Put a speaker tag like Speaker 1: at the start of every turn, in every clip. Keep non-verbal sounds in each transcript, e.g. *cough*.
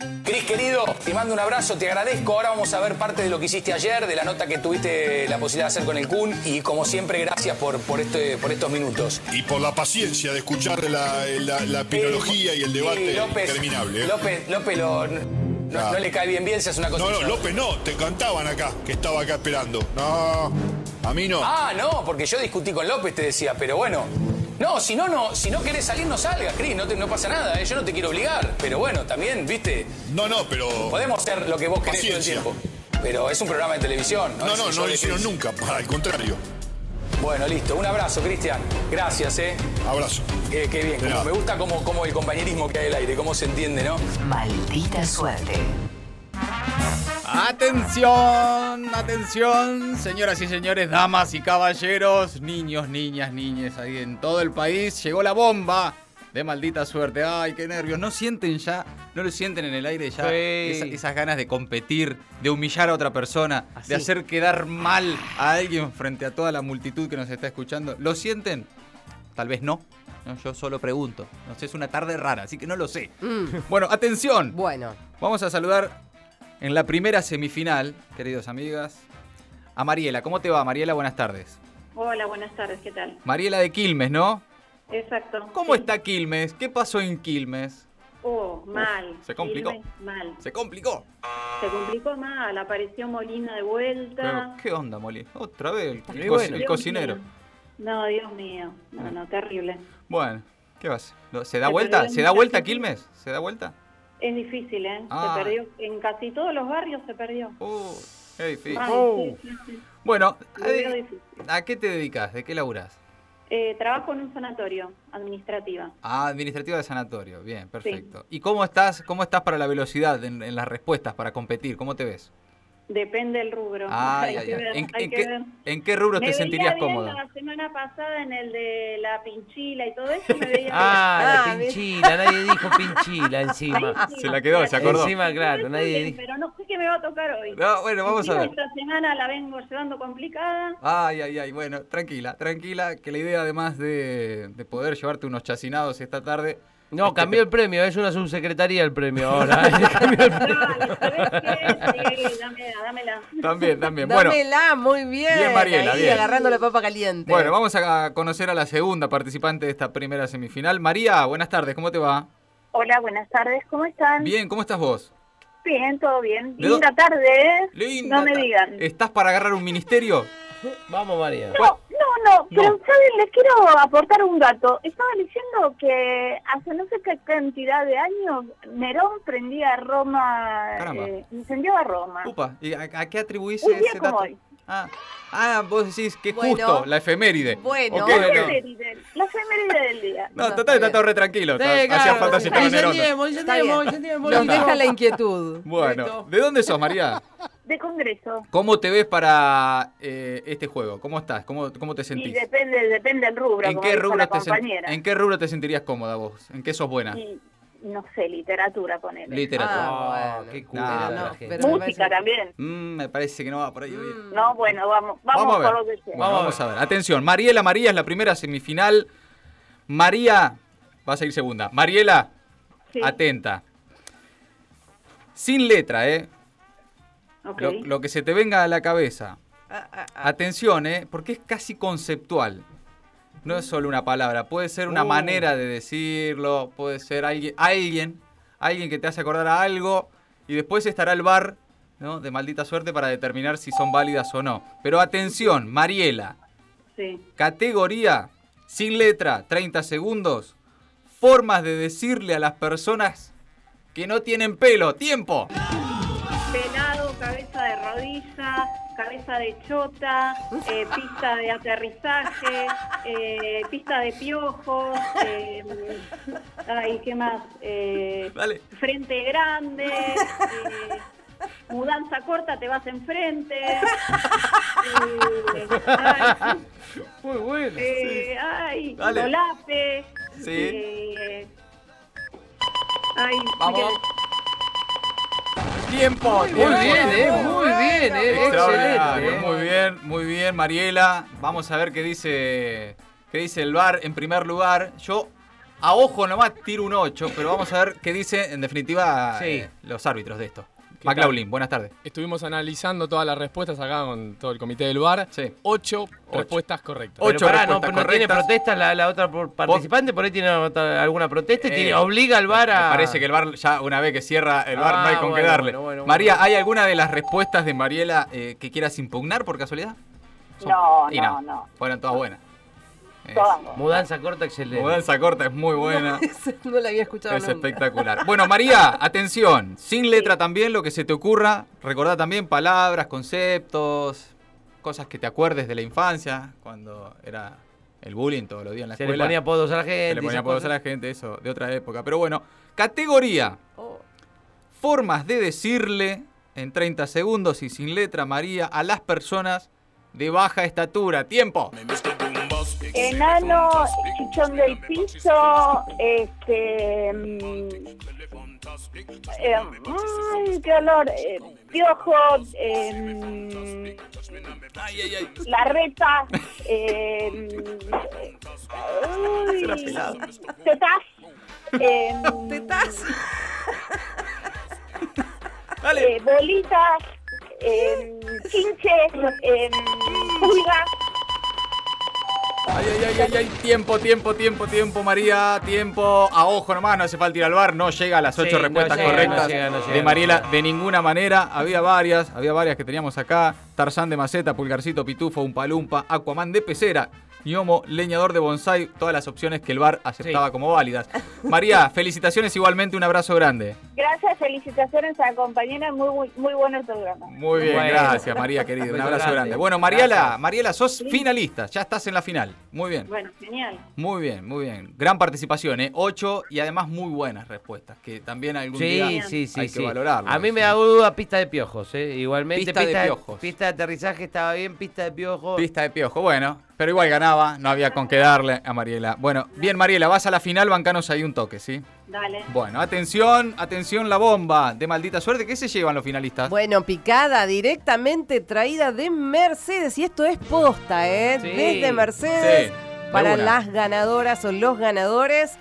Speaker 1: Luis, querido, te mando un abrazo, te agradezco. Ahora vamos a ver parte de lo que hiciste ayer, de la nota que tuviste la posibilidad de hacer con el Kun. Y como siempre, gracias por, por, este, por estos minutos.
Speaker 2: Y por la paciencia de escuchar la, la, la pirología y el debate
Speaker 1: Y López,
Speaker 2: interminable. ¿eh? Ah.
Speaker 1: López, López lo- no, no- no le cae bien bien, se hace una cosa.
Speaker 2: No, no,
Speaker 1: que yo-
Speaker 2: López no, te cantaban acá, que estaba acá esperando. No, a mí no.
Speaker 1: Ah, no, porque yo discutí con López, te decía, pero bueno. No, si no, no, si no querés salir, no salgas, Cris, no, te- no pasa nada, ¿eh? yo no te quiero obligar. Pero bueno, también, viste,
Speaker 2: No, no, pero.
Speaker 1: podemos hacer lo que vos querés
Speaker 2: Paciencia.
Speaker 1: todo el tiempo. Pero es un programa de televisión.
Speaker 2: No,
Speaker 1: Es
Speaker 2: no,
Speaker 1: un
Speaker 2: no
Speaker 1: show
Speaker 2: lo
Speaker 1: de
Speaker 2: hicieron
Speaker 1: televisión.
Speaker 2: nunca, para el contrario.
Speaker 1: Bueno, listo. Un abrazo, Cristian. Gracias, ¿eh?
Speaker 2: Abrazo.
Speaker 1: Eh, qué bien.
Speaker 2: De
Speaker 1: Como-
Speaker 2: nada.
Speaker 1: me gusta como, como el compañerismo que hay del aire, cómo se entiende, ¿no?
Speaker 3: Maldita suerte.
Speaker 4: Atención, atención, señoras y señores, damas y caballeros, niños, niñas, niñes, ahí en todo el país llegó la bomba de maldita suerte. Ay, qué nervios. No sienten ya, no lo sienten en el aire ya
Speaker 5: Sí.
Speaker 4: esa- esas ganas de competir, de humillar a otra persona,
Speaker 5: Así.
Speaker 4: de hacer quedar mal a alguien frente a toda la multitud que nos está escuchando. ¿Lo sienten? Tal vez no. No, yo solo pregunto. No sé, es una tarde rara, así que no lo sé. Bueno, atención.
Speaker 5: Bueno,
Speaker 4: Vamos a saludar en la primera semifinal, queridos amigas, a Mariela. ¿Cómo te va, Mariela? Buenas tardes.
Speaker 6: Hola, buenas tardes, ¿qué tal?
Speaker 4: Mariela de Quilmes, ¿no?
Speaker 6: Exacto.
Speaker 4: ¿Cómo
Speaker 6: sí.
Speaker 4: está Quilmes? ¿Qué pasó en Quilmes?
Speaker 6: Oh, mal.
Speaker 4: se complicó.
Speaker 6: Firme, mal.
Speaker 4: Se complicó.
Speaker 6: Se complicó mal, apareció Molina de vuelta.
Speaker 4: Pero, ¿Qué onda, Moli? Otra vez, el,
Speaker 5: Y
Speaker 4: co-
Speaker 5: bueno.
Speaker 4: el
Speaker 6: Dios
Speaker 4: cocinero. Mm.
Speaker 6: mío. No, Dios mío. No, no, terrible.
Speaker 4: Bueno, ¿qué vas? ¿Se da
Speaker 6: Se
Speaker 4: vuelta?
Speaker 6: perdió
Speaker 4: ¿Se da
Speaker 6: mucha
Speaker 4: vuelta
Speaker 6: gente.
Speaker 4: Quilmes? ¿Se da vuelta?
Speaker 6: Es difícil, ¿eh?
Speaker 4: Ah.
Speaker 6: Se perdió. En casi todos los barrios se perdió.
Speaker 4: Uh, qué difícil.
Speaker 6: Mal,
Speaker 4: Uh.
Speaker 6: sí, sí, sí.
Speaker 4: Bueno,
Speaker 6: Lo veo
Speaker 4: eh,
Speaker 6: difícil.
Speaker 4: ¿a qué te dedicas? ¿De qué laburás?
Speaker 6: Eh, trabajo en un sanatorio administrativa.
Speaker 4: Ah, administrativa de sanatorio. Bien, perfecto. ¿Y cómo estás, cómo estás para la velocidad en, en las respuestas, para competir? ¿cómo te ves?
Speaker 6: Depende del rubro.
Speaker 4: Ay,
Speaker 6: *laughs* hay
Speaker 4: ay,
Speaker 6: que
Speaker 4: ay.
Speaker 6: ver,
Speaker 4: ¿En,
Speaker 6: hay
Speaker 4: en
Speaker 6: que
Speaker 4: qué,
Speaker 6: ver.
Speaker 4: en qué rubro te
Speaker 6: Me veía
Speaker 4: sentirías
Speaker 6: bien
Speaker 4: cómodo?
Speaker 6: La semana pasada en el de la pinchila y todo eso
Speaker 4: *laughs*
Speaker 6: me veía
Speaker 5: Ah,
Speaker 6: bien.
Speaker 5: la pinchila, nadie dijo pinchila *laughs* encima.
Speaker 4: *laughs*
Speaker 6: Ahí
Speaker 4: se la quedó, se acordó.
Speaker 5: Encima, claro,
Speaker 6: Pero eso
Speaker 5: nadie
Speaker 6: bien,
Speaker 5: dijo.
Speaker 6: Pero no sé qué me va a tocar hoy.
Speaker 4: No, bueno, vamos a
Speaker 6: Encima
Speaker 4: ver.
Speaker 6: Esta semana la vengo llevando complicada.
Speaker 4: Ay, ay, ay, bueno, tranquila, tranquila, que la idea además de, de poder llevarte unos chacinados esta tarde... este, es
Speaker 5: No,
Speaker 4: que
Speaker 5: cambió
Speaker 4: te-
Speaker 5: el premio, es una subsecretaría el premio ahora. *laughs* eh, cambió el premio.
Speaker 6: Dale, ¿sabés qué? Sí, dámela, dámela.
Speaker 4: *laughs* También, también. Bueno,
Speaker 5: Dámela, muy bien.
Speaker 4: Bien, Mariela,
Speaker 5: ahí,
Speaker 4: bien.
Speaker 5: agarrando la papa caliente.
Speaker 4: bueno, vamos a conocer a la segunda participante de esta primera semifinal. María, buenas tardes, ¿cómo te va?
Speaker 6: Hola, buenas tardes, ¿cómo están?
Speaker 4: Bien, ¿cómo estás vos?
Speaker 6: Bien, todo bien.
Speaker 4: ¿De dó-
Speaker 6: Linda tarde, ¿eh?
Speaker 4: Linda
Speaker 6: no me
Speaker 4: ta-
Speaker 6: digan.
Speaker 4: ¿Estás para agarrar un ministerio?
Speaker 5: Vamos, María.
Speaker 4: Bueno,
Speaker 6: No, no, pero
Speaker 4: No.
Speaker 6: saben, les quiero aportar un dato. Estaba diciendo que hace no sé qué cantidad de años Nerón prendía a Roma,
Speaker 4: Caramba.
Speaker 6: eh, incendió a Roma.
Speaker 4: Upa, ¿y a, a qué atribuís
Speaker 6: Un día
Speaker 4: ese
Speaker 6: como
Speaker 4: dato?
Speaker 6: hoy.
Speaker 4: Ah, ah, vos decís que es
Speaker 3: Bueno.
Speaker 4: justo, la efeméride.
Speaker 3: Bueno.
Speaker 4: Ok,
Speaker 6: La
Speaker 3: No,
Speaker 4: ok.
Speaker 6: efeméride, la efeméride del día.
Speaker 4: No,
Speaker 3: No,
Speaker 4: total,
Speaker 3: está
Speaker 4: está todo re tranquilo.
Speaker 5: Sí,
Speaker 4: está- Hacía
Speaker 5: claro.
Speaker 4: falta citar a Nerón.
Speaker 5: Incendiemos,
Speaker 3: Está bien.
Speaker 5: incendiemos, incendiemos.
Speaker 3: Nos
Speaker 5: Listo.
Speaker 4: *laughs*
Speaker 3: deja la inquietud. *laughs*
Speaker 4: Bueno, ¿de dónde sos, María?
Speaker 6: De Congreso.
Speaker 4: ¿Cómo te ves para eh, este juego? ¿Cómo estás? ¿Cómo, cómo te
Speaker 6: Y
Speaker 4: sentís?
Speaker 6: depende, depende del rubro,
Speaker 4: ¿En
Speaker 6: como
Speaker 4: qué,
Speaker 6: dijo
Speaker 4: rubro
Speaker 6: la
Speaker 4: te sen-
Speaker 6: compañera.
Speaker 4: ¿En ah. qué rubro te sentirías cómoda vos? ¿En qué sos buena?
Speaker 6: Y, no sé, literatura, ponele.
Speaker 4: Literatura.
Speaker 5: Ah, bueno. qué
Speaker 4: culo
Speaker 5: Pero
Speaker 4: de la
Speaker 5: no,
Speaker 4: gente.
Speaker 5: pero me
Speaker 6: Música
Speaker 5: parece-
Speaker 6: también.
Speaker 4: Mm, me parece que no va por ahí. bien.
Speaker 6: No, bueno, vamos, vamos,
Speaker 4: Vamos a ver.
Speaker 6: por lo que sea.
Speaker 4: Bueno, vamos a ver. Atención, Mariela María es la primera semifinal. María, vas a ir segunda. Mariela,
Speaker 6: Sí,
Speaker 4: atenta. Sin letra, ¿eh?
Speaker 6: ok.
Speaker 4: Lo, lo que se te venga a la cabeza.
Speaker 3: Ah, ah, ah.
Speaker 4: Atención, ¿eh? Porque es casi conceptual. No es solo una palabra, puede ser
Speaker 3: Oh.
Speaker 4: una manera de decirlo, puede ser alguien, alguien, alguien que te hace acordar a algo y después estará el bar, ¿no? De maldita suerte para determinar si son válidas o no. Pero atención, Mariela,
Speaker 6: Sí.
Speaker 4: categoría sin letra, 30 segundos, formas de decirle a las personas que no tienen pelo, tiempo.
Speaker 6: Pelado, cabeza de rodilla, cabeza de chota,
Speaker 4: *laughs*
Speaker 6: eh, pista de aterrizaje, eh, pista de piojos, eh, ay, ¿qué más? Eh,
Speaker 4: Dale.
Speaker 6: frente
Speaker 4: *laughs*
Speaker 6: grande, eh, mudanza corta, te
Speaker 4: *laughs*
Speaker 6: vas enfrente. eh, ay,
Speaker 4: Muy bueno.
Speaker 6: eh, ay,
Speaker 4: Dale.
Speaker 6: solape,
Speaker 4: Sí.
Speaker 6: eh, ay, me
Speaker 4: Vamos.
Speaker 6: quedé-
Speaker 4: Tiempo,
Speaker 5: Muy
Speaker 4: tiempo,
Speaker 5: bien, eh,
Speaker 4: tiempo.
Speaker 5: muy bien, eh,
Speaker 4: Extraordinario,
Speaker 5: excelente.
Speaker 4: Muy bien, muy bien, Mariela. Vamos a ver qué dice, qué dice el bar en primer lugar. Yo a ojo nomás tiro un 8, pero vamos a ver qué dicen en definitiva
Speaker 3: Sí.
Speaker 4: eh, los árbitros de esto.
Speaker 7: ¿Qué
Speaker 4: McLaughlin, buenas tardes.
Speaker 7: Estuvimos analizando todas las respuestas acá con todo el comité del bar.
Speaker 4: Sí.
Speaker 7: Ocho, respuestas correctas.
Speaker 4: Ocho
Speaker 5: Pero pará, no,
Speaker 4: respuestas
Speaker 5: no tiene
Speaker 4: correctas.
Speaker 5: protestas la, la otra por- participante, por ahí tiene otra- alguna protesta y
Speaker 4: Eh,
Speaker 5: tiene, obliga al VAR a.
Speaker 4: Me parece que el bar, ya una vez que cierra el bar,
Speaker 5: Ah,
Speaker 4: no hay con
Speaker 5: bueno,
Speaker 4: qué darle.
Speaker 5: bueno, bueno, bueno.
Speaker 4: María, ¿hay alguna de las respuestas de Mariela eh, que quieras impugnar por casualidad?
Speaker 6: No,
Speaker 4: Y
Speaker 6: no, no.
Speaker 4: Fueron todas buenas. Es-
Speaker 6: Todas buenas.
Speaker 5: Mudanza corta excelente.
Speaker 4: Mudanza corta es muy
Speaker 5: *laughs*
Speaker 4: buena.
Speaker 3: Esa No la había escuchado
Speaker 4: Es
Speaker 3: nunca.
Speaker 4: espectacular. Bueno, María, atención. Sin letra también, lo que se te ocurra. Recordá también palabras, conceptos, cosas que te acuerdes de la infancia, cuando era el bullying todos los días en la
Speaker 5: Se le
Speaker 4: escuela.
Speaker 5: ponía apodos a la gente.
Speaker 4: Se le ponía
Speaker 5: esas
Speaker 4: apodos a la
Speaker 5: cosas.
Speaker 4: gente, eso, de otra época. Pero bueno, categoría.
Speaker 3: Oh,
Speaker 4: Formas de decirle en 30 segundos y sin letra, María, a las personas de baja estatura. Tiempo.
Speaker 6: Enano, chichón del piso, este. mm, eh, ay, qué olor, eh, piojo, eh, la reta, eh, uy, tetas, eh,
Speaker 3: tetas.
Speaker 6: eh, bolitas, eh, quinches, eh, pulgas.
Speaker 4: Ay, ay, ay, ay, ay, tiempo, tiempo, tiempo, tiempo, María, tiempo. A ojo nomás, no hace falta ir al bar, no llega a las ocho
Speaker 5: Sí, no
Speaker 4: respuestas
Speaker 5: llega, no
Speaker 4: correctas
Speaker 5: llega, no llega,
Speaker 4: de
Speaker 5: no
Speaker 4: Mariela
Speaker 5: llega.
Speaker 4: de ninguna manera. Había varias, había varias que teníamos acá. Tarzán de Maceta, Pulgarcito, Pitufo, Umpalumpa, Aquaman de Pecera, Ñomo, Leñador de Bonsai, todas las opciones que el bar aceptaba como válidas. María, felicitaciones igualmente, un abrazo grande.
Speaker 6: Gracias, felicitaciones a la compañera, muy, bu- muy bueno el programa.
Speaker 4: Muy bien,
Speaker 5: Bueno.
Speaker 4: gracias María, querida, un
Speaker 5: Beso
Speaker 4: abrazo
Speaker 5: grande.
Speaker 4: grande. Bueno, Mariela,
Speaker 5: Gracias.
Speaker 4: Mariela, sos finalista, ya estás en la final. Muy bien.
Speaker 8: Bueno, genial.
Speaker 4: Muy bien, muy bien. Gran participación, ¿eh? Ocho y además muy buenas respuestas, que también algún
Speaker 5: Sí,
Speaker 4: día
Speaker 5: sí, sí.
Speaker 4: hay
Speaker 5: sí.
Speaker 4: que valorarlo.
Speaker 5: A mí me
Speaker 4: Sí.
Speaker 5: da duda pista de piojos, ¿eh? Igualmente.
Speaker 4: Pista de piojos.
Speaker 5: Pista de aterrizaje estaba bien, pista de piojos.
Speaker 4: Pista de piojo, bueno, pero igual ganaba, no había con qué darle a Mariela. Bueno, bien Mariela, vas a la final, bancanos ahí un toque, ¿sí?
Speaker 8: Dale.
Speaker 4: Bueno, atención, atención la bomba de maldita suerte, ¿qué se llevan los finalistas?
Speaker 3: Bueno, picada directamente traída de Mercedes. Y esto es posta, ¿eh?
Speaker 5: Sí.
Speaker 3: Desde
Speaker 4: Sí,
Speaker 3: Mercedes.
Speaker 4: de
Speaker 3: para
Speaker 4: una.
Speaker 3: las ganadoras o los ganadores.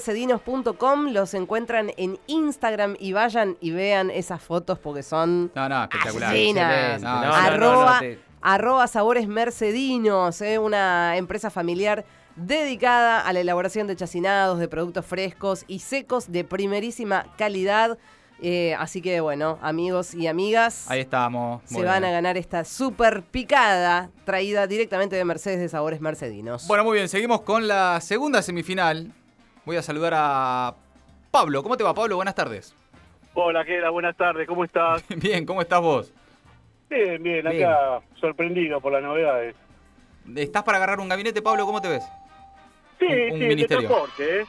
Speaker 3: Saboresmercedinos.com. Los encuentran en Instagram y vayan y vean esas fotos porque son
Speaker 4: No, no, espectacular.
Speaker 3: asesinas.
Speaker 5: Excelente.
Speaker 4: No, no, no,
Speaker 3: arroba,
Speaker 5: no, te-
Speaker 3: arroba Sabores Mercedinos, ¿eh? una empresa familiar dedicada a la elaboración de chacinados, de productos frescos y secos de primerísima calidad. Eh, así que bueno, amigos y amigas,
Speaker 4: Ahí estamos.
Speaker 3: se
Speaker 4: muy
Speaker 3: van a
Speaker 4: bien.
Speaker 3: ganar esta super picada traída directamente de Mercedes de Sabores Mercedinos.
Speaker 4: Bueno, muy bien, seguimos con la segunda semifinal. Voy a saludar a Pablo. ¿Cómo te va, Pablo? Buenas tardes. *laughs*
Speaker 9: Hola, Gera, buenas tardes, ¿cómo estás?
Speaker 4: Bien, ¿cómo estás vos?
Speaker 9: Bien, bien, acá sorprendido por las novedades.
Speaker 4: ¿Estás para agarrar un gabinete, Pablo? ¿Cómo te ves?
Speaker 9: Sí,
Speaker 4: Un- un
Speaker 9: sí, de
Speaker 4: ministerio.
Speaker 9: transporte, ¿eh?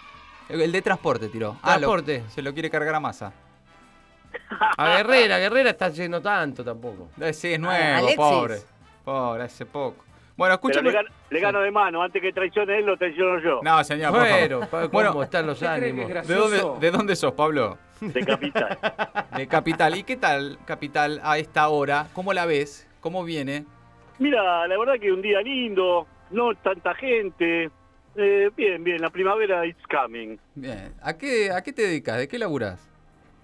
Speaker 4: El de transporte tiró. Ah, lo-
Speaker 5: Transporte.
Speaker 4: se lo quiere cargar a masa.
Speaker 5: A Guerrera, Guerrera está yendo tanto tampoco.
Speaker 4: Sí, es nuevo,
Speaker 3: Alexis.
Speaker 4: pobre. Pobre, hace poco. Bueno,
Speaker 9: Pero le,
Speaker 4: escúchame.
Speaker 9: gano, le gano de mano, antes que traicione él, lo traiciono yo.
Speaker 4: No, señor, por
Speaker 5: Bueno,
Speaker 4: favor.
Speaker 5: pa- ¿cómo
Speaker 4: Bueno,
Speaker 5: están los ánimos?
Speaker 4: ¿de dónde, de dónde sos, Pablo?
Speaker 9: De capital.
Speaker 4: De Capital. ¿Y qué tal, Capital, a esta hora? ¿Cómo la ves? ¿Cómo viene?
Speaker 9: Mira, la verdad que un día lindo, no tanta gente. Eh, bien, bien, la primavera is coming.
Speaker 4: Bien. ¿A qué, a qué te dedicas? ¿De qué laburás?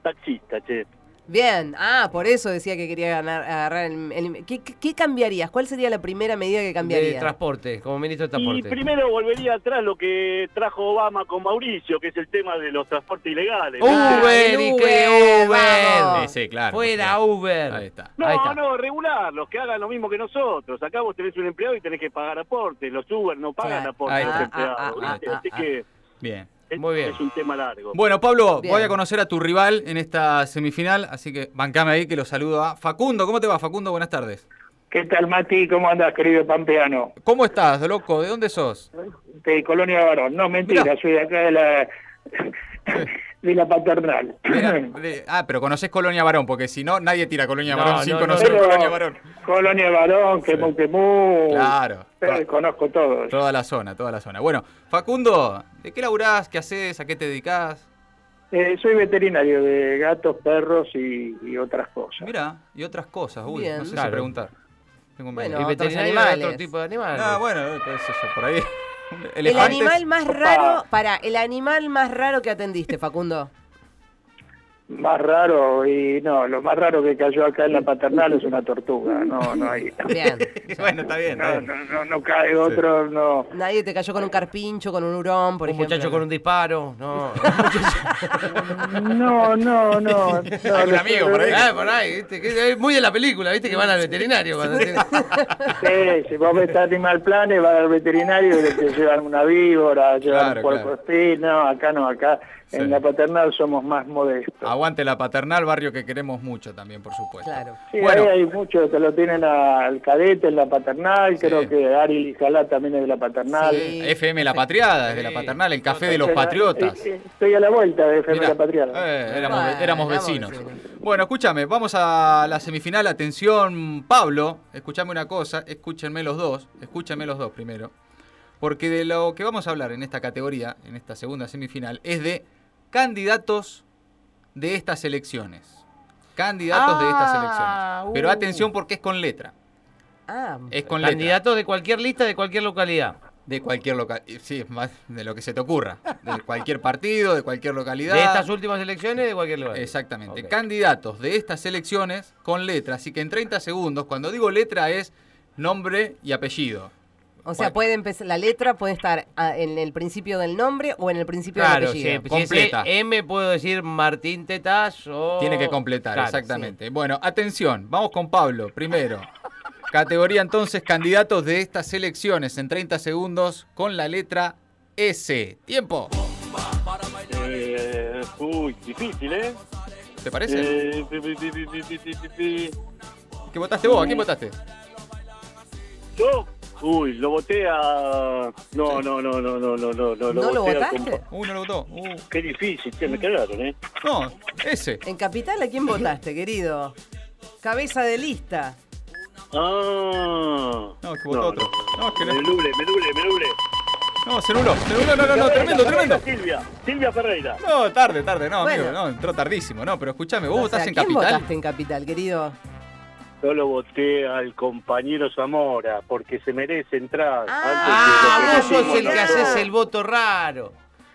Speaker 9: Taxista, che.
Speaker 3: Bien, ah, por eso decía que quería ganar, agarrar el... el- ¿qué, qué- qué cambiarías? ¿Cuál sería la primera medida que
Speaker 5: De
Speaker 3: cambiarías?
Speaker 5: transporte, como ministro de
Speaker 9: Y
Speaker 5: transporte.
Speaker 9: primero volvería atrás lo que trajo Obama con Mauricio, que es el tema de los transportes ilegales.
Speaker 5: Uh, Uber,
Speaker 3: Ay,
Speaker 5: y
Speaker 3: el
Speaker 5: que
Speaker 3: Uber,
Speaker 5: Uber.
Speaker 3: vamos.
Speaker 4: Sí, sí, claro.
Speaker 5: Fuera
Speaker 4: por
Speaker 5: Uber.
Speaker 4: Ahí está.
Speaker 9: No,
Speaker 5: Ahí está.
Speaker 9: no, regular, los que hagan lo mismo que nosotros. Acá vos tenés un empleado y tenés que pagar aporte. Los Uber no pagan
Speaker 3: Claro.
Speaker 9: aporte
Speaker 4: Ahí
Speaker 9: a los
Speaker 4: está.
Speaker 9: empleados.
Speaker 3: Ah, ah,
Speaker 9: ¿viste?
Speaker 3: ah,
Speaker 9: Así
Speaker 3: ah,
Speaker 9: que
Speaker 4: Bien.
Speaker 9: es,
Speaker 5: Muy bien.
Speaker 9: es un tema largo.
Speaker 4: Bueno, Pablo,
Speaker 3: Bien.
Speaker 4: voy a conocer a tu rival en esta semifinal, así que bancame ahí que lo saludo a Facundo. ¿Cómo te va, Facundo? Buenas tardes.
Speaker 10: ¿Qué tal, Mati? ¿Cómo andás, querido pampeano?
Speaker 4: ¿Cómo estás, loco? ¿De dónde
Speaker 10: *clears throat*
Speaker 4: sos?
Speaker 10: De Colonia Barón. No, mentira,
Speaker 4: Mirá.
Speaker 10: soy de acá de la, de la paternal.
Speaker 4: Mira, de- ah, pero conoces Colonia Varón, porque si no, nadie tira Colonia
Speaker 5: No,
Speaker 4: Varón sin
Speaker 5: no,
Speaker 4: conocer
Speaker 10: Pero
Speaker 4: Colonia Varón.
Speaker 10: Colonia Barón, que Quemú, Quemú.
Speaker 4: Claro.
Speaker 10: Pero
Speaker 4: Toda,
Speaker 10: conozco todo.
Speaker 4: toda la zona, toda la zona. Bueno, Facundo, ¿de qué laburás? ¿Qué haces? ¿A qué te dedicás?
Speaker 10: Eh, soy veterinario de gatos, perros y, y otras cosas.
Speaker 4: Mira, y otras cosas. Uy,
Speaker 3: Bien.
Speaker 4: no sé si
Speaker 5: Claro.
Speaker 4: preguntar. Tengo un
Speaker 3: Bueno,
Speaker 5: y
Speaker 4: medio.
Speaker 3: otros
Speaker 5: veterinario de otro
Speaker 3: animales.
Speaker 5: tipo de animales.
Speaker 4: Ah, bueno, qué eh, sé yo, por ahí.
Speaker 3: El
Speaker 4: elefantes.
Speaker 3: animal más raro, para, el animal más raro que atendiste, Facundo.
Speaker 10: Más raro, y no, lo más raro que cayó acá en la paternal es una tortuga. No, no hay.
Speaker 4: *laughs* *laughs* bueno, está bien. *laughs*
Speaker 10: No, no, no, no cae otro, no.
Speaker 3: Nadie te cayó con un carpincho, con un hurón, por
Speaker 5: Un
Speaker 3: ejemplo.
Speaker 5: muchacho con un disparo.
Speaker 3: *laughs*
Speaker 5: No. *laughs*
Speaker 4: *laughs*
Speaker 10: No, no, no.
Speaker 5: Algún amigo por ahí. Ah, por ahí, ¿viste? Que es muy de la película, ¿viste? Que van al veterinario.
Speaker 3: *laughs*
Speaker 5: Cuando tienen-
Speaker 10: Sí, si vos ves Animal Planet, vas al veterinario y te llevan una víbora, llevan
Speaker 4: Claro,
Speaker 10: un puerco
Speaker 4: claro.
Speaker 10: hostil. No, acá no, acá
Speaker 4: Sí.
Speaker 10: en la paternal somos más modestos.
Speaker 4: Aguante la paternal, barrio que queremos mucho también, por supuesto. Claro.
Speaker 10: Sí,
Speaker 4: Bueno,
Speaker 10: ahí hay muchos que lo tienen al cadete en la paternal, creo que Ari Lijalá también es de la paternal.
Speaker 4: FM La Patriada, desde la paternal, el café de los
Speaker 10: Estoy a la-
Speaker 4: patriotas.
Speaker 10: eh, eh, Estoy a la vuelta de FM La Patriada.
Speaker 4: Eh, éramos,
Speaker 10: Bueno,
Speaker 4: éramos vecinos. Bueno, escúchame, vamos a la semifinal. Atención, Pablo, escúchame una cosa, escúchenme los dos, escúchame los dos primero. Porque de lo que vamos a hablar en esta categoría, en esta segunda semifinal, es de candidatos de estas elecciones. Candidatos de estas
Speaker 5: Ah,
Speaker 4: elecciones. Pero
Speaker 5: uh.
Speaker 4: atención porque es con letra.
Speaker 3: Ah,
Speaker 4: Es con letra.
Speaker 5: Candidatos de cualquier lista, de cualquier localidad.
Speaker 4: De cualquier local, sí, es más de lo que se te ocurra.
Speaker 5: *laughs*
Speaker 4: De cualquier partido, de cualquier localidad.
Speaker 5: De estas últimas elecciones, de cualquier lugar.
Speaker 4: Exactamente.
Speaker 5: Ok.
Speaker 4: Candidatos de estas elecciones con letra. Así que en 30 segundos, cuando digo letra es nombre y apellido.
Speaker 3: O sea, puede empezar, la letra puede estar ah, en el principio del nombre o en el principio del
Speaker 5: Claro, si,
Speaker 3: apellido.
Speaker 5: si
Speaker 4: Completa.
Speaker 5: es M, puedo decir Martín Tetaz o.
Speaker 4: Tiene que completar,
Speaker 5: Oh, Claro,
Speaker 4: exactamente. Bueno, atención, vamos con Pablo primero. Categoría entonces, candidatos de estas elecciones en 30 segundos con la letra S. Tiempo.
Speaker 9: Eh, uy, difícil, ¿eh?
Speaker 4: ¿Te parece?
Speaker 9: Eh, pi, pi, pi, pi, pi, pi, pi, pi, pi.
Speaker 4: ¿Qué votaste vos? ¿A quién votaste?
Speaker 9: ¿Yo? Uy, lo voté a... No, no, no, no, no, no, no. ¿No
Speaker 3: ¿No lo
Speaker 9: voté al
Speaker 3: votaste?
Speaker 9: compa-
Speaker 4: Uno lo votó. Uh,
Speaker 9: Qué difícil, che, me cagaron, ¿eh?
Speaker 4: No, ese.
Speaker 3: ¿En Capital a quién votaste, querido? Cabeza de lista.
Speaker 9: Ah.
Speaker 4: No, que votó otro. No, es que
Speaker 9: me
Speaker 4: no.
Speaker 9: nuble, me nuble, me nuble.
Speaker 4: No, celulo, celulo, no, no, no,
Speaker 9: Ferreira, Ferreira,
Speaker 4: tremendo, tremendo.
Speaker 9: Silvia, Silvia Ferreira.
Speaker 4: No, tarde, tarde, no,
Speaker 3: Bueno.
Speaker 4: amigo, no, entró tardísimo, no, pero escúchame, vos
Speaker 3: O
Speaker 4: votás
Speaker 3: sea,
Speaker 4: en
Speaker 3: ¿Quién
Speaker 4: Capital.
Speaker 3: votaste en Capital, querido?
Speaker 9: Yo lo voté al compañero Zamora, porque se merece entrar.
Speaker 5: Ah,
Speaker 9: Antes
Speaker 5: vos
Speaker 9: de lo
Speaker 5: sos el que
Speaker 9: decimos,
Speaker 5: haces el voto raro.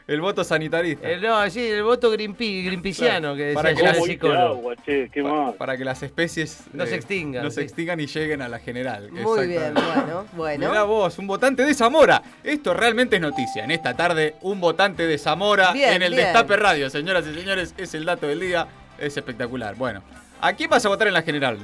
Speaker 4: El voto sanitarista.
Speaker 5: El, no, sí, el voto greenpe- greenpeaciano que
Speaker 4: Para que
Speaker 5: decía
Speaker 4: la-
Speaker 5: el psicólogo.
Speaker 9: agua, che, qué
Speaker 4: Para, para que las especies eh,
Speaker 5: No se extingan,
Speaker 4: no se
Speaker 5: sí.
Speaker 4: extingan y lleguen a la general.
Speaker 3: Muy bien,
Speaker 4: *laughs*
Speaker 3: bueno, bueno.
Speaker 4: Mira vos, un votante de Zamora. Esto realmente es noticia. En esta tarde, un votante de Zamora
Speaker 3: Bien,
Speaker 4: en el
Speaker 3: bien.
Speaker 4: Destape Radio. Señoras y señores, es el dato del día. Es espectacular. Bueno, ¿a quién vas a votar en la general?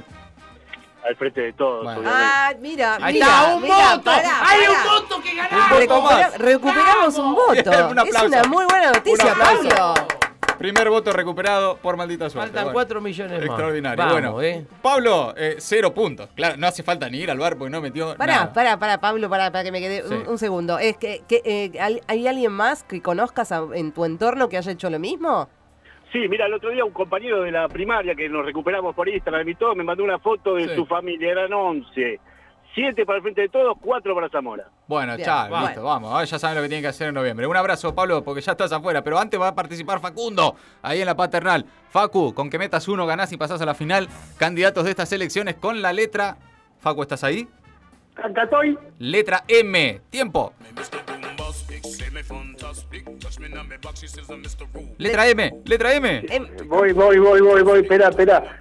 Speaker 9: Al frente de todos.
Speaker 4: Bueno.
Speaker 9: obviamente.
Speaker 3: Ah, mira,
Speaker 5: Ahí
Speaker 3: mira,
Speaker 5: está, un
Speaker 3: mira,
Speaker 5: voto.
Speaker 3: pará,
Speaker 5: Hay
Speaker 3: pará.
Speaker 5: un voto que ganó.
Speaker 4: Un voto
Speaker 3: Recupera-
Speaker 4: más.
Speaker 3: recuperamos un voto.
Speaker 4: Bien, un
Speaker 3: es
Speaker 4: aplauso.
Speaker 3: una muy buena
Speaker 4: Un
Speaker 3: noticia,
Speaker 4: aplauso.
Speaker 3: Pablo.
Speaker 4: Primer voto recuperado por maldita suerte.
Speaker 5: Faltan
Speaker 4: Bueno,
Speaker 5: 4 millones más.
Speaker 4: Extraordinario.
Speaker 5: Vamos,
Speaker 4: bueno,
Speaker 5: eh.
Speaker 4: Pablo, eh, cero puntos. Claro, no hace falta ni ir al bar porque no metió.
Speaker 3: Pará,
Speaker 4: nada.
Speaker 3: pará, pará, Pablo, pará, para que me quede un-
Speaker 4: Sí.
Speaker 3: un, segundo. Es que, que, eh, ¿al- ¿Hay alguien más que conozcas a- en tu entorno que haya hecho lo mismo?
Speaker 9: Sí, mira, el otro día un compañero de la primaria que nos recuperamos por Instagram y todo, me mandó una foto de
Speaker 4: Sí.
Speaker 9: su familia, eran 11. Siete para el frente de todos, cuatro para Zamora.
Speaker 4: Bueno,
Speaker 3: Bien,
Speaker 4: chao,
Speaker 3: bueno.
Speaker 4: listo, vamos. Ahora ya saben lo que tienen que hacer en noviembre. Un abrazo, Pablo, porque ya estás afuera. Pero antes va a participar Facundo, ahí en la paternal. Facu, con que metas uno, ganás y pasás a la final. Candidatos de estas elecciones con la letra. Facu, ¿estás ahí?
Speaker 10: Acá estoy.
Speaker 4: Letra M. Tiempo. Letra M, letra M.
Speaker 3: Em,
Speaker 10: Voy, voy, voy, voy, voy, espera, espera.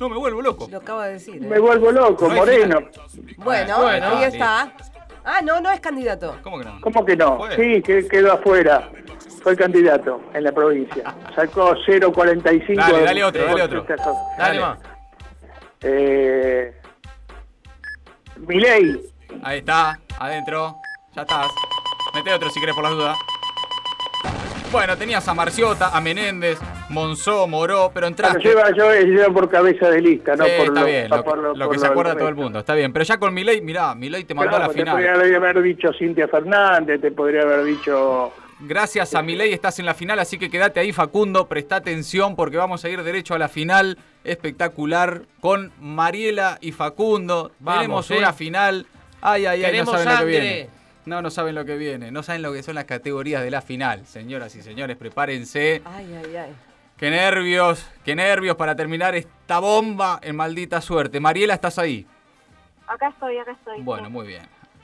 Speaker 4: No me vuelvo loco.
Speaker 3: lo acabo de decir. eh.
Speaker 10: Me vuelvo loco,
Speaker 4: No hay
Speaker 10: Moreno.
Speaker 3: Bueno,
Speaker 4: Bueno,
Speaker 3: ahí
Speaker 4: listo.
Speaker 3: está. Ah, no, no es candidato.
Speaker 4: ¿Cómo que no?
Speaker 10: ¿Cómo que no?
Speaker 4: Fue.
Speaker 10: Sí, que quedó afuera. Fue candidato en la provincia. Sacó 0.45.
Speaker 4: Dale, dale otro, dale otro.
Speaker 5: Dale,
Speaker 4: Dale.
Speaker 5: más.
Speaker 10: Eh, Milei.
Speaker 4: Ahí está, adentro. Ya estás. Mete otro si querés por las dudas. Bueno, tenías a Marciota, a Menéndez, Monzó, Moró, pero
Speaker 10: Lo
Speaker 4: entraste.
Speaker 10: lleva, yo, lleva por cabeza de lista, no
Speaker 4: Sí,
Speaker 10: por
Speaker 4: está
Speaker 10: lo,
Speaker 4: bien,
Speaker 10: no
Speaker 4: lo,
Speaker 10: por lo-
Speaker 4: lo que
Speaker 10: por
Speaker 4: se
Speaker 10: lo-
Speaker 4: acuerda todo el
Speaker 10: resto.
Speaker 4: mundo. Está bien, pero ya con Milei, mirá, Milei te mandó a la
Speaker 10: Claro, Te
Speaker 4: final.
Speaker 10: podría haber dicho Cintia Fernández, te podría haber dicho.
Speaker 4: Gracias a Milei estás en la final, así que quédate ahí Facundo, presta atención porque vamos a ir derecho a la final espectacular con Mariela y Facundo.
Speaker 5: Vamos,
Speaker 4: Tenemos
Speaker 5: eh.
Speaker 4: una final. Ay, ay, ay, no
Speaker 5: Queremos
Speaker 4: saben lo que
Speaker 5: sangre.
Speaker 4: viene. No, no saben lo que viene, no saben lo que son las categorías de la final, señoras y señores, prepárense.
Speaker 3: Ay, ay, ay.
Speaker 4: Qué nervios, qué nervios para terminar esta bomba en maldita suerte. Mariela, estás ahí.
Speaker 6: Acá estoy, acá estoy.
Speaker 4: Bueno, muy bien.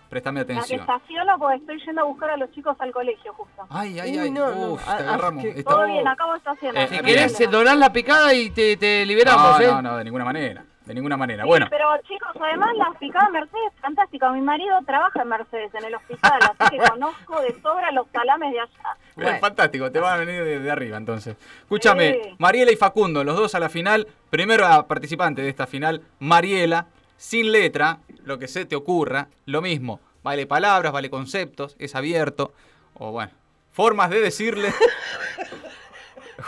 Speaker 4: Préstame
Speaker 6: La que
Speaker 4: atención.
Speaker 6: estaciono porque estoy yendo a buscar a los chicos al colegio justo.
Speaker 4: Ay, ay, ay. Uf, te agarramos. Ah, Está-
Speaker 6: Todo bien, acabo de estacionar.
Speaker 4: Eh,
Speaker 5: Si
Speaker 4: eh,
Speaker 5: querés, eh, donás la picada y te, te liberamos,
Speaker 4: no,
Speaker 5: ¿eh?
Speaker 4: no, no, de ninguna manera. De ninguna manera. Bueno,
Speaker 6: Pero chicos, además las picadas Mercedes, fantástico. Mi marido trabaja en Mercedes, en el hospital,
Speaker 4: *laughs*
Speaker 6: así que conozco de sobra los salames de allá.
Speaker 4: bien, fantástico. Te van a venir de, de arriba entonces. Escúchame,
Speaker 6: Sí.
Speaker 4: Mariela y Facundo, los dos a la final. Primera participante de esta final, Mariela, sin letra, lo que se te ocurra, lo mismo. Vale palabras, vale conceptos, es abierto. O bueno, formas de decirle.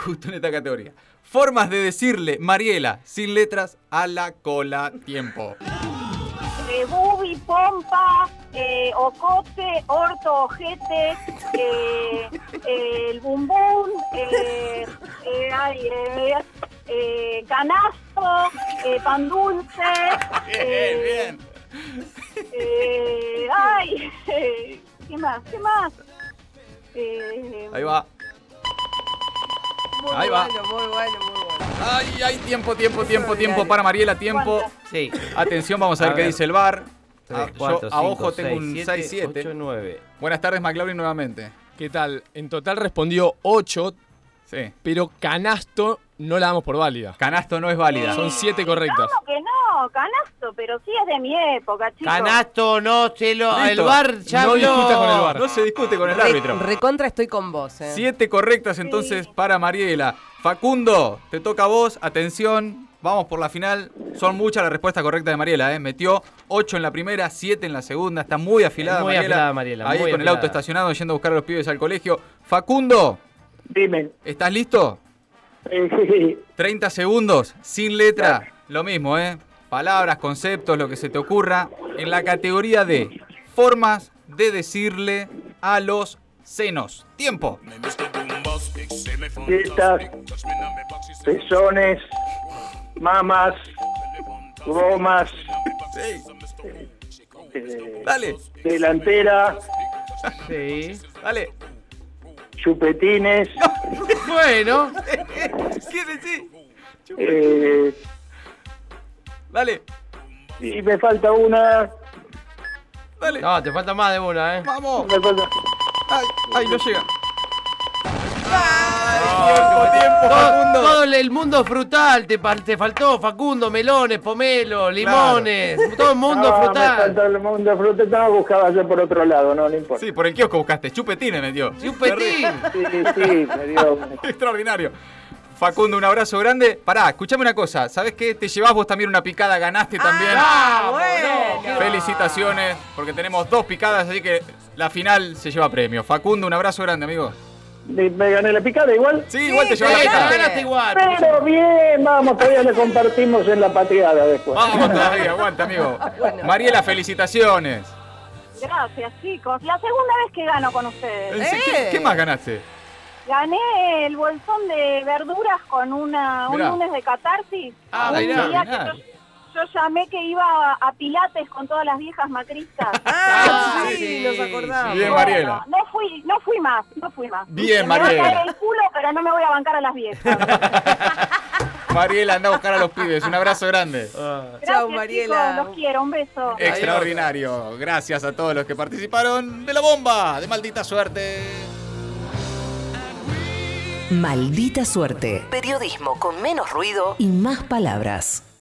Speaker 4: justo en esta categoría. Formas de decirle, Mariela, sin letras, a la cola, tiempo.
Speaker 6: Eh, bubi, pompa, eh, ocote, orto, ojete, eh, eh, el bumbum, eh, eh, ay, eh, eh, canasto, eh, pan dulce. eh, eh, ay, *laughs* eh, ¿qué más? ¿Qué más? Eh,
Speaker 4: Ahí va.
Speaker 3: Muy
Speaker 4: Ahí va.
Speaker 3: bueno, muy bueno, muy bueno.
Speaker 4: Ay, ay, tiempo, tiempo, tiempo, tiempo para Mariela, tiempo.
Speaker 5: Sí.
Speaker 4: Atención, vamos a,
Speaker 11: A
Speaker 4: ver qué
Speaker 11: ver.
Speaker 4: dice el bar.
Speaker 11: Tres,
Speaker 4: Ah, yo
Speaker 11: cuatro,
Speaker 4: a
Speaker 11: cinco,
Speaker 4: ojo
Speaker 11: seis,
Speaker 4: tengo un
Speaker 11: siete,
Speaker 4: 6-7.
Speaker 11: ocho, nueve.
Speaker 4: Buenas tardes, McLaurin, nuevamente.
Speaker 7: ¿Qué tal? En total respondió 8.
Speaker 4: Sí.
Speaker 7: Pero canasto no la damos por válida.
Speaker 4: Canasto no es válida.
Speaker 7: Son 7 correctas.
Speaker 6: ¿Cómo que no? Canasto, pero sí es de mi época, chicos.
Speaker 5: Canasto, no, se lo.
Speaker 4: Listo.
Speaker 5: El bar ya
Speaker 4: No
Speaker 5: habló.
Speaker 4: discutas con el bar. No se discute con el árbitro.
Speaker 3: Recontra estoy con vos, eh.
Speaker 4: Siete correctas entonces para Mariela. Facundo, te toca a vos, atención. Vamos por la final. Son muchas las respuestas correctas de Mariela, ¿eh? Metió 8 en la primera, 7 en la segunda. Está muy afilada
Speaker 5: Muy
Speaker 4: Mariela.
Speaker 5: afilada, Mariela,
Speaker 4: Ahí
Speaker 5: muy
Speaker 4: con el
Speaker 5: afilada.
Speaker 4: auto estacionado yendo a buscar a los pibes al colegio. Facundo.
Speaker 10: Dime. Eh,
Speaker 4: ¿Estás listo?
Speaker 10: *laughs* Sí.
Speaker 4: 30 segundos, sin letra. Lo mismo, ¿eh? Palabras, conceptos, lo que se te ocurra. En la categoría de formas de decirle a los senos. Tiempo.
Speaker 10: Tetas, pezones, mamas, gomas. eh,
Speaker 4: Dale.
Speaker 10: Delantera,
Speaker 5: Sí.
Speaker 4: Dale.
Speaker 10: chupetines,
Speaker 5: Bueno.
Speaker 4: ¿Qué decís?
Speaker 10: eh,
Speaker 4: Dale.
Speaker 10: y me falta una.
Speaker 4: Dale.
Speaker 5: No, te falta más de una, ¿eh?
Speaker 4: Vamos.
Speaker 10: Me falta.
Speaker 4: Ay, ay, no llega. Tiempo, tiempo,
Speaker 5: Todo,
Speaker 4: Facundo.
Speaker 5: todo el mundo frutal te, pa- te faltó. Facundo, melones, pomelo, limones. Todo el mundo
Speaker 10: Ah, Me
Speaker 5: frutal.
Speaker 10: falta el mundo frutal. No, buscaba yo por otro lado, no, no importa.
Speaker 4: Sí, por el kiosco buscaste. Chupetines me dio.
Speaker 5: Y un petín.
Speaker 10: Sí, sí, sí, me dio.
Speaker 4: *laughs* Extraordinario. Facundo, un abrazo grande. Pará, escuchame una cosa. ¿Sabés qué? Te llevás vos también una picada, ganaste también.
Speaker 3: Ah, bueno.
Speaker 4: Felicitaciones, porque tenemos dos picadas, así que la final se lleva premio. Facundo, un abrazo grande, amigo.
Speaker 10: Me, me gané la picada igual.
Speaker 4: Sí, igual te llevas la
Speaker 5: Eh,
Speaker 4: picada.
Speaker 5: ganaste igual.
Speaker 10: Pero bien, vamos, todavía le compartimos en la patriada después.
Speaker 4: Vamos todavía, aguanta, amigo. Mariela, felicitaciones.
Speaker 6: Gracias, chicos. La segunda vez que gano con ustedes.
Speaker 4: Dice, ¿Qué, qué más ganaste?
Speaker 6: Gané el bolsón de verduras con una, un
Speaker 4: Mirá.
Speaker 6: lunes de catarsis.
Speaker 5: Ah,
Speaker 6: un
Speaker 5: mirá,
Speaker 6: día
Speaker 4: mirá.
Speaker 6: que yo, yo llamé que iba a Pilates con todas las viejas macristas.
Speaker 4: *laughs*
Speaker 3: Ah,
Speaker 5: Ah,
Speaker 3: sí,
Speaker 5: sí,
Speaker 3: nos acordamos.
Speaker 4: Bien,
Speaker 6: Bueno,
Speaker 4: Mariela.
Speaker 6: No fui, no fui más, no fui más.
Speaker 4: Bien,
Speaker 6: Me voy a
Speaker 4: Mariela.
Speaker 6: caer el culo, pero no me voy a bancar a
Speaker 4: *laughs*
Speaker 6: las viejas.
Speaker 4: Mariela, anda a buscar a los pibes. Un abrazo grande.
Speaker 3: Chau,
Speaker 6: Gracias,
Speaker 3: Mariela.
Speaker 6: chicos, los quiero, un beso.
Speaker 4: Extraordinario. Gracias a todos los que participaron de la bomba, de maldita suerte.
Speaker 12: Maldita suerte.
Speaker 13: Periodismo con menos ruido
Speaker 12: Y más palabras.